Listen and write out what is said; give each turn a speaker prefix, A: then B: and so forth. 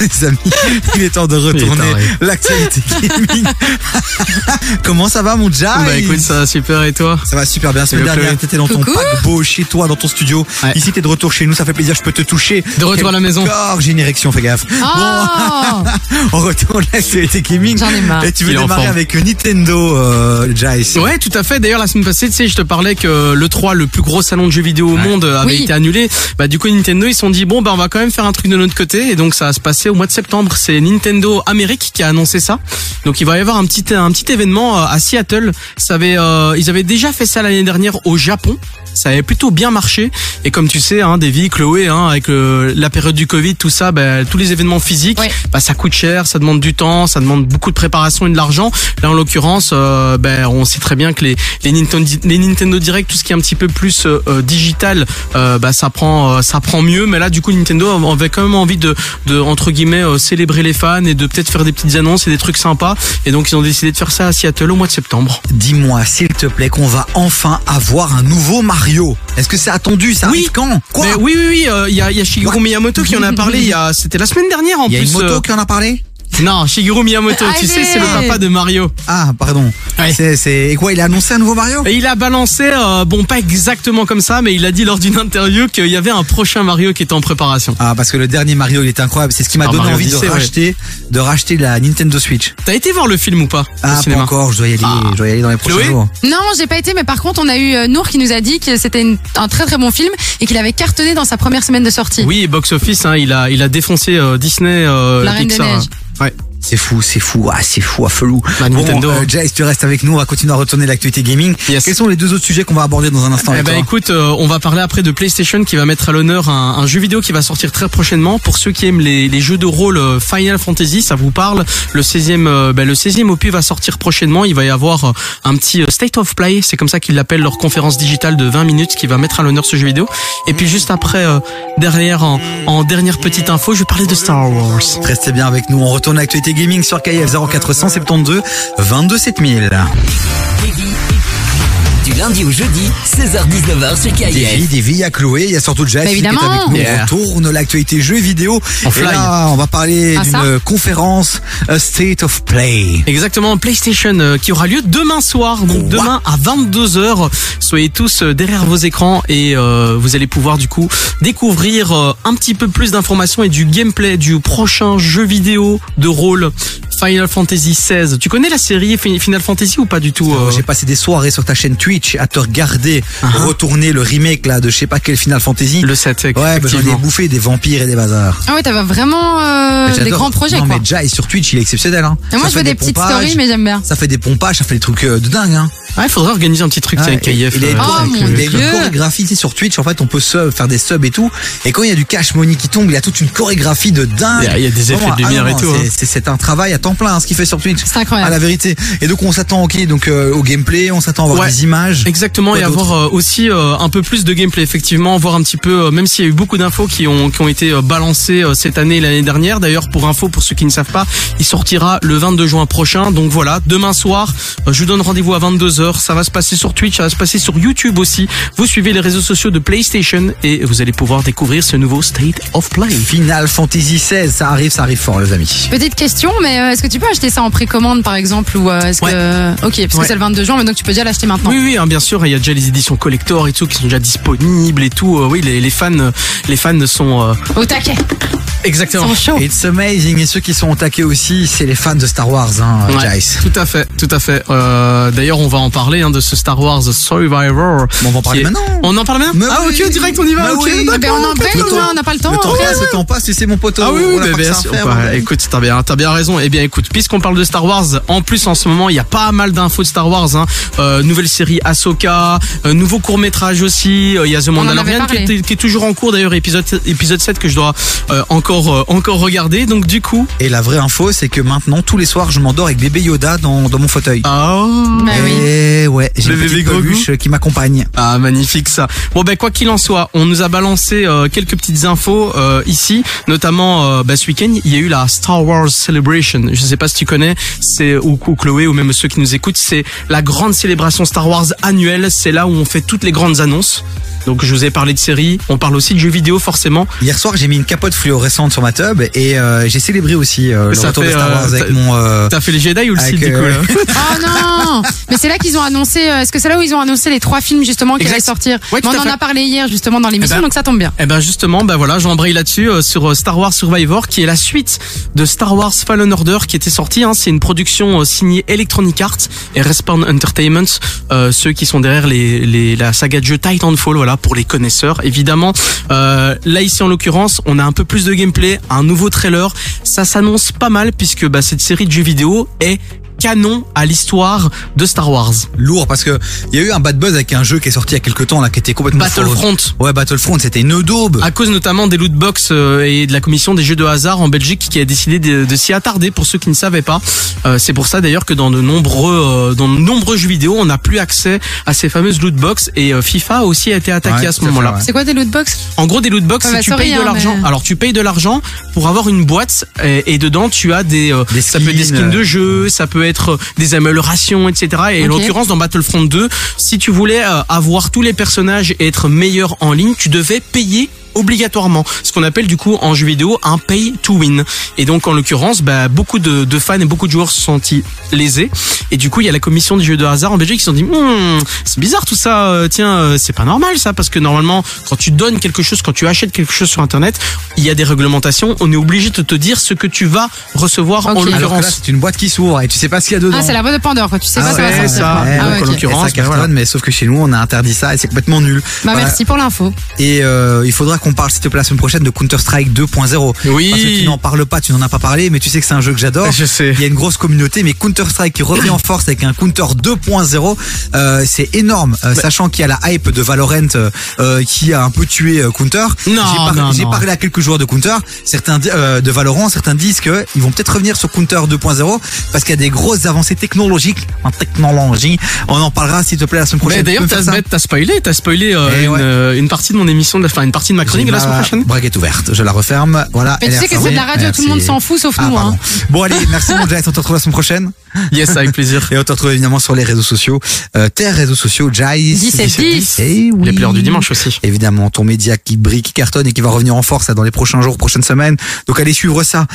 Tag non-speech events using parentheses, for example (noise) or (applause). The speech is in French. A: les amis, il est temps de retourner
B: taré.
A: l'actualité gaming. (laughs) Comment ça va, mon Jai
B: Bah écoute, ça va super et toi
A: Ça va super bien. Semaine
B: Salut,
A: dernière,
B: Chloé.
A: t'étais dans ton
C: Coucou.
A: paquebot, chez toi, dans ton studio.
B: Ouais.
A: Ici, t'es de retour chez nous. Ça fait plaisir. Je peux te toucher.
B: De retour à la maison.
A: Encore, j'ai une érection. Fais gaffe.
C: Oh
B: (laughs)
A: On retourne à l'actualité gaming.
C: J'en ai marre.
A: Et tu veux
B: Il est en
A: démarrer
B: forme.
A: avec Nintendo, euh, Jai. c'est-
B: Ouais, tout à fait. D'ailleurs, la semaine passée, tu sais, je te parlais que le 3, le plus gros salon de jeux vidéo au monde, euh, avait
C: Oui.
B: été annulé. Bah, du coup, Nintendo, ils se sont dit, bon, bah, on va quand même faire un truc de notre côté. Et donc, ça va se passer au mois de septembre. C'est Nintendo Amérique qui a annoncé ça. Donc, il va y avoir un petit, un petit événement euh, à Seattle. Ça avait, euh, ils avaient déjà fait ça l'année dernière au Japon. Ça avait plutôt bien marché. Et comme tu sais, hein, Davy, Chloé, hein, avec euh, la période du Covid, tout ça, bah, tous les événements physiques,
C: Oui.
B: bah, ça coûte cher, ça demande du temps, ça demande beaucoup de préparation et de l'argent. Là, en l'occurrence, euh, ben, on sait très bien que les, les, Nintendo, les Nintendo Direct, tout ce qui est un petit peu plus euh, euh, digital, euh, bah, ça prend, euh, ça prend mieux. Mais là, du coup, Nintendo avait quand même envie de, de entre guillemets, euh, célébrer les fans et de peut-être faire des petites annonces et des trucs sympas. Et donc, ils ont décidé de faire ça à Seattle au mois de septembre.
A: Dis-moi, s'il te plaît, qu'on va enfin avoir un nouveau Mario. Est-ce que c'est attendu Ça
B: Oui.
A: arrive quand Quoi
B: Mais oui, oui, oui. euh, Il y, a, il y a Shigeru
A: What
B: Miyamoto qui en a parlé. il y a- C'était la semaine dernière en
A: Il y a
B: plus.
A: une moto
B: euh,
A: qui en a parlé
B: Non, Shigeru Miyamoto, tu sais, c'est le
C: Allez.
B: papa de Mario.
A: Ah, pardon.
B: Ouais.
A: C'est, c'est... Et quoi, il a annoncé un nouveau Mario
B: Et il a balancé, euh, bon pas exactement comme ça, mais il a dit lors d'une interview qu'il y avait un prochain Mario qui était en préparation.
A: Ah, parce que le dernier Mario, il était incroyable. C'est ce qui m'a
B: Ah,
A: donné
B: Mario
A: envie de
B: Odyssey, ouais.
A: racheter, de racheter la Nintendo Switch.
B: T'as été voir le film ou pas au
A: Ah, pas
B: cinéma
A: encore, je dois y aller,
B: Ah.
A: je dois y aller dans les prochains
B: Chloé
A: jours.
C: Non, j'ai pas été, mais par contre, on a eu euh, Nour qui nous a dit que c'était une- un très très bon film et qu'il avait cartonné dans sa première semaine de sortie.
B: Oui, box office, hein, il a il a défoncé euh, Disney, euh,
C: La Reine des
B: Pixar.
C: Neiges.
B: Ouais.
A: C'est fou, c'est fou, ah, c'est fou, à felou.
B: Bah, Nintendo,
A: Bon, euh,
B: hein.
A: Jace, tu restes avec nous, on va continuer à retourner l'actualité gaming.
B: Yes.
A: Quels sont les deux autres sujets qu'on va aborder dans un instant
B: Eh
A: avec
B: ben
A: toi
B: écoute, euh, on va parler après de PlayStation qui va mettre à l'honneur un, un jeu vidéo qui va sortir très prochainement. Pour ceux qui aiment les, les jeux de rôle euh, Final Fantasy, ça vous parle. Le 16e, euh, ben, le 16e opus va sortir prochainement. Il va y avoir euh, un petit euh, State of Play, c'est comme ça qu'ils l'appellent leur conférence digitale de 20 minutes qui va mettre à l'honneur ce jeu vidéo. Et puis juste après, euh, derrière, en, en dernière petite info, je vais parler de Star Wars.
A: Restez bien avec nous, on retourne à l'actualité gaming sur KF 0472 22 7000.
D: Du lundi au jeudi, 16h-19h
A: Des
D: sur KIF.
A: vies, des vies, il y a Chloé, il y a surtout Jess
C: Bah,
A: qui est avec
C: évidemment.
A: nous. On
B: Yeah.
A: retourne l'actualité jeux vidéo.
B: On
A: Et
B: fly.
A: là, on va parler
C: Ah, ça
A: d'une conférence a State of Play.
B: Exactement, PlayStation euh, qui aura lieu demain soir, donc
A: Quoi
B: demain à 22h. Soyez tous euh, derrière vos écrans et euh, vous allez pouvoir du coup découvrir euh, un petit peu plus d'informations et du gameplay du prochain jeu vidéo de rôle Final Fantasy XVI. Tu connais la série Fi- Final Fantasy ou pas du tout euh
A: Ah, J'ai passé des soirées sur ta chaîne Twitch à te regarder
C: Ah,
B: Uh-huh.
A: retourner le remake là de je sais pas quel Final Fantasy.
B: Le 7,
A: Ouais, bah, j'en ai
B: effectivement.
A: bouffé des vampires et des bazars.
C: Ah ouais, t'avais vraiment euh,
A: J'adore.
C: des grands projets
A: Non
C: quoi.
A: mais Jai sur Twitch, il est exceptionnel hein.
C: Et moi,
A: Ça
C: je
A: fait
C: veux des petites
A: pompages,
C: stories, mais j'aime bien.
A: Ça fait des pompages, ça fait des trucs euh, de dingue hein.
B: Ah, il faudrait organiser un petit truc tiens,
A: Ouais,
B: avec
A: et-
B: KIF.
A: et les-
B: euh,
C: Oh,
B: avec,
C: mon
B: euh,
A: les-
C: Dieu.
A: les chorégraphies tu sais, sur Twitch, en fait, on peut sub, faire des subs et tout. Et quand il y a du cash money qui tombe, il y a toute une chorégraphie de dingue.
B: Il y a- il y a des effets de
A: ah
B: lumière
A: non,
B: et
A: non,
B: tout,
A: c'est-
B: hein.
A: C'est c'est un travail à temps plein, hein, ce qu'il fait sur Twitch.
C: C'est
A: À
B: Ah,
C: incroyable.
A: la vérité. Et donc, on s'attend, ok, donc euh, au gameplay, on s'attend à voir
B: Ouais.
A: des images.
B: Exactement,
A: Quoi
B: et avoir euh, aussi euh, un peu plus de gameplay, effectivement, voir un petit peu, euh, même s'il y a eu beaucoup d'infos qui ont, qui ont été euh, balancées euh, cette année et l'année dernière. D'ailleurs, pour info, pour ceux qui ne savent pas, il sortira le 22 juin prochain. Donc voilà, demain soir, euh, je vous donne rendez-vous à 22h. Ça va se passer sur Twitch, ça va se passer sur YouTube aussi. Vous suivez les réseaux sociaux de PlayStation et vous allez pouvoir découvrir ce nouveau State of Play.
A: Final Fantasy 16, ça arrive, ça arrive fort, les amis.
C: Petite question, mais euh, est-ce que tu peux acheter ça en précommande par exemple ou euh, est-ce que ok parce que
B: Ouais.
C: c'est le 22 juin, mais donc tu peux déjà l'acheter maintenant.
B: Oui, oui, hein, bien sûr. Il y a déjà les éditions collector et tout qui sont déjà disponibles et tout. Euh, oui, les, les fans, euh, les fans sont euh,
C: Au
B: (laughs)
C: taquet,
B: exactement.
C: sans chaud.
A: It's amazing. Et ceux qui sont au taquet aussi, c'est les fans de Star Wars, hein,
B: Ouais,
A: Jace.
B: tout à fait, tout à fait. Euh, D'ailleurs, on va en parler hein, de ce Star Wars Survivor.
A: Bon, on va en parler
B: Qui est-
A: maintenant.
B: On en parle maintenant
A: Mais
B: Ah
A: oui.
B: ok, direct, on y va.
A: Mais
B: ok,
A: oui.
B: d'accord,
C: Ben, on en
B: peut-
C: parle,
A: Le temps-
C: on n'a pas le temps.
A: Le temps
C: hein.
A: passe, le temps passe, tu sais, mon pote.
B: Ah oui, oui,
A: on a
B: ben,
A: pas que
B: bien
A: ça à
B: sûr.
A: faire, hein.
B: Bah,
A: bordel.
B: écoute, t'as bien, t'as bien raison. Eh bien, écoute, puisqu'on parle de Star Wars, en plus en ce moment, il y a pas mal d'infos de Star Wars. Hein. Euh, nouvelle série Ahsoka, euh, nouveau court métrage aussi. Euh, Il y a The
C: en avait
B: Mandalorian qui,
C: parlé.
B: est- qui est toujours en cours d'ailleurs, épisode épisode 7 que je dois euh, encore euh, encore regarder. Donc du coup,
A: Et la vraie info, c'est que maintenant, tous les soirs, je m'endors avec bébé Yoda dans, dans mon fauteuil.
B: oh.
C: Bah oui.
A: Eh ouais, j'ai
B: Le
A: une
B: bébé
A: petite
B: Grogu.
A: peluche qui m'accompagne.
B: Ah magnifique ça. Bon ben quoi qu'il en soit, on nous a balancé euh, quelques petites infos euh, ici, notamment euh, bah, ce week-end il y a eu la Star Wars Celebration. Je sais pas si tu connais, c'est ou, ou Chloé ou même ceux qui nous écoutent, c'est la grande célébration Star Wars annuelle. C'est là où on fait toutes les grandes annonces. Donc je vous ai parlé de séries, on parle aussi de jeux vidéo forcément.
A: Hier soir, j'ai mis une capote fluorescente sur ma tub et euh, j'ai célébré aussi euh, le
B: Ça
A: retour de
B: fait,
A: Star
B: euh,
A: Wars avec
B: t'as-
A: mon. euh,
B: T'as fait les Jedi ou le
A: Avec,
B: Sith du coup
A: euh,
B: là
C: Oh non Mais c'est là qu'ils ont annoncé. euh, Est-ce que c'est là où ils ont annoncé les trois films justement qui
B: Exact.
C: allaient sortir
B: Ouais, tout
C: Mais
B: à
C: On en
B: fait.
C: a parlé hier justement dans l'émission,
B: Eh ben-
C: donc ça tombe bien.
B: Eh ben justement, ben voilà, j'embraye là-dessus euh, sur euh, Star Wars Survivor, qui est la suite de Star Wars Fallen Order, qui était sortie. Hein, c'est une production euh, signée Electronic Arts et Respawn Entertainment, euh, ceux qui sont derrière les, les, la saga de jeu Titanfall, voilà, pour les connaisseurs évidemment. Euh, là ici en l'occurrence, on a un peu plus de gameplay, un nouveau trailer. Ça s'annonce pas mal puisque bah, cette série de jeux vidéo est canon à l'histoire de Star Wars.
A: lourd parce que il y a eu un bad buzz avec un jeu qui est sorti il y a quelques temps là qui était complètement
B: Battlefront.
A: Ouais, Battlefront, c'était une daube.
B: À cause notamment des loot box euh, et de la commission des jeux de hasard en Belgique qui a décidé de, de s'y attarder pour ceux qui ne savaient pas. Euh, c'est pour ça d'ailleurs que dans de nombreux euh, dans de nombreux jeux vidéo, on n'a plus accès à ces fameuses loot box et euh, FIFA a aussi été attaqué
A: Ouais,
B: à ce
A: tout à fait,
B: moment-là.
A: ouais.
C: C'est quoi des lootbox
B: En gros, des loot box,
C: Ouais,
B: c'est
C: bah,
B: tu
C: sorry,
B: payes de
C: hein,
B: l'argent.
C: mais-
B: Alors tu payes de l'argent pour avoir une boîte et, et dedans tu as des, euh,
A: Des
B: ça peut être des
A: skins,
B: skins de
A: euh,
B: jeu, ça peut être euh, des améliorations, etc. Et en
C: Ok.
B: l'occurrence dans Battlefront 2, si tu voulais euh, avoir tous les personnages et être meilleur en ligne, tu devais payer obligatoirement, ce qu'on appelle du coup en jeu vidéo un pay to win. Et donc en l'occurrence, bah, beaucoup de, de fans et beaucoup de joueurs se sont sentis lésés. Et du coup, il y a la commission des jeux de hasard en Belgique qui se sont dit, Hmm, c'est bizarre tout ça, euh, tiens, euh, c'est pas normal ça, parce que normalement, quand tu donnes quelque chose, quand tu achètes quelque chose sur Internet, il y a des réglementations, on est obligé de te dire ce que tu vas recevoir en
C: Ok.
A: Alors que là,
B: l'occurrence.
A: c'est une boîte qui s'ouvre et tu sais pas ce qu'il y a dedans.
C: Ah, c'est la voix de Pandore, quoi. Tu sais
A: Ah
C: pas ça va
A: ouais,
C: sortir.
B: ça.
A: Ouais,
C: Ah,
A: donc, Et
B: en
C: ouais, ok.
A: ça
B: l'occurrence,
A: cartonne,
B: bah, voilà.
A: mais sauf que chez nous, on a interdit ça et c'est complètement nul.
C: Bah
A: Voilà.
C: merci pour l'info.
A: Et euh, il faudra qu'on parle, s'il te plaît, la semaine prochaine de Counter-Strike 2.0. Parce que tu
B: Oui, Ah,
A: n'en parles pas, tu n'en as pas parlé, mais tu sais que c'est un jeu que j'adore.
B: je sais.
A: Il y a une grosse communauté, mais Counter-Strike qui revient en force avec un Counter 2.0, euh, c'est énorme.
B: Bah.
A: Euh, sachant qu'il y a la hype de Valorant euh, euh, qui a un peu tué euh, Counter.
B: Non,
A: J'ai par-
B: non,
A: J'ai
B: non.
A: parlé à quelques joueurs de Counter, certains di- euh, de Valorant, certains disent que ils vont peut-être revenir sur Counter 2.0 parce qu'il y a des grosses avancées technologiques en technologie. On en parlera s'il te plaît la semaine prochaine.
B: Mais
A: Tu
B: d'ailleurs,
A: peux me
B: t'as
A: faire ça
B: t'as spoilé, t'as spoilé euh,
A: Eh
B: une,
A: ouais. Bah,
B: euh, une partie de mon émission, de la- enfin une partie de ma chronique de la
A: J'ai
B: semaine
A: ma
B: prochaine.
A: Braguette ouverte, je la referme. Voilà.
C: Mais
A: elle
C: tu
A: est
C: sais que c'est de la
A: refermée.
C: radio, tout le monde
A: Merci.
C: s'en fout sauf
A: Ah,
C: nous.
A: pardon.
C: Hein.
A: Bon allez, merci mon Jess, on te retrouve la semaine prochaine.
B: Yes, avec plaisir.
A: Et on te retrouve évidemment sur les réseaux sociaux, euh, tes réseaux sociaux, Jai.
C: 10 et 10.
A: Eh oui.
B: Les pleurs du dimanche aussi.
A: Évidemment, ton média qui brille, qui cartonne et qui va revenir en force là, dans les prochains jours, prochaines semaines. Donc allez suivre ça.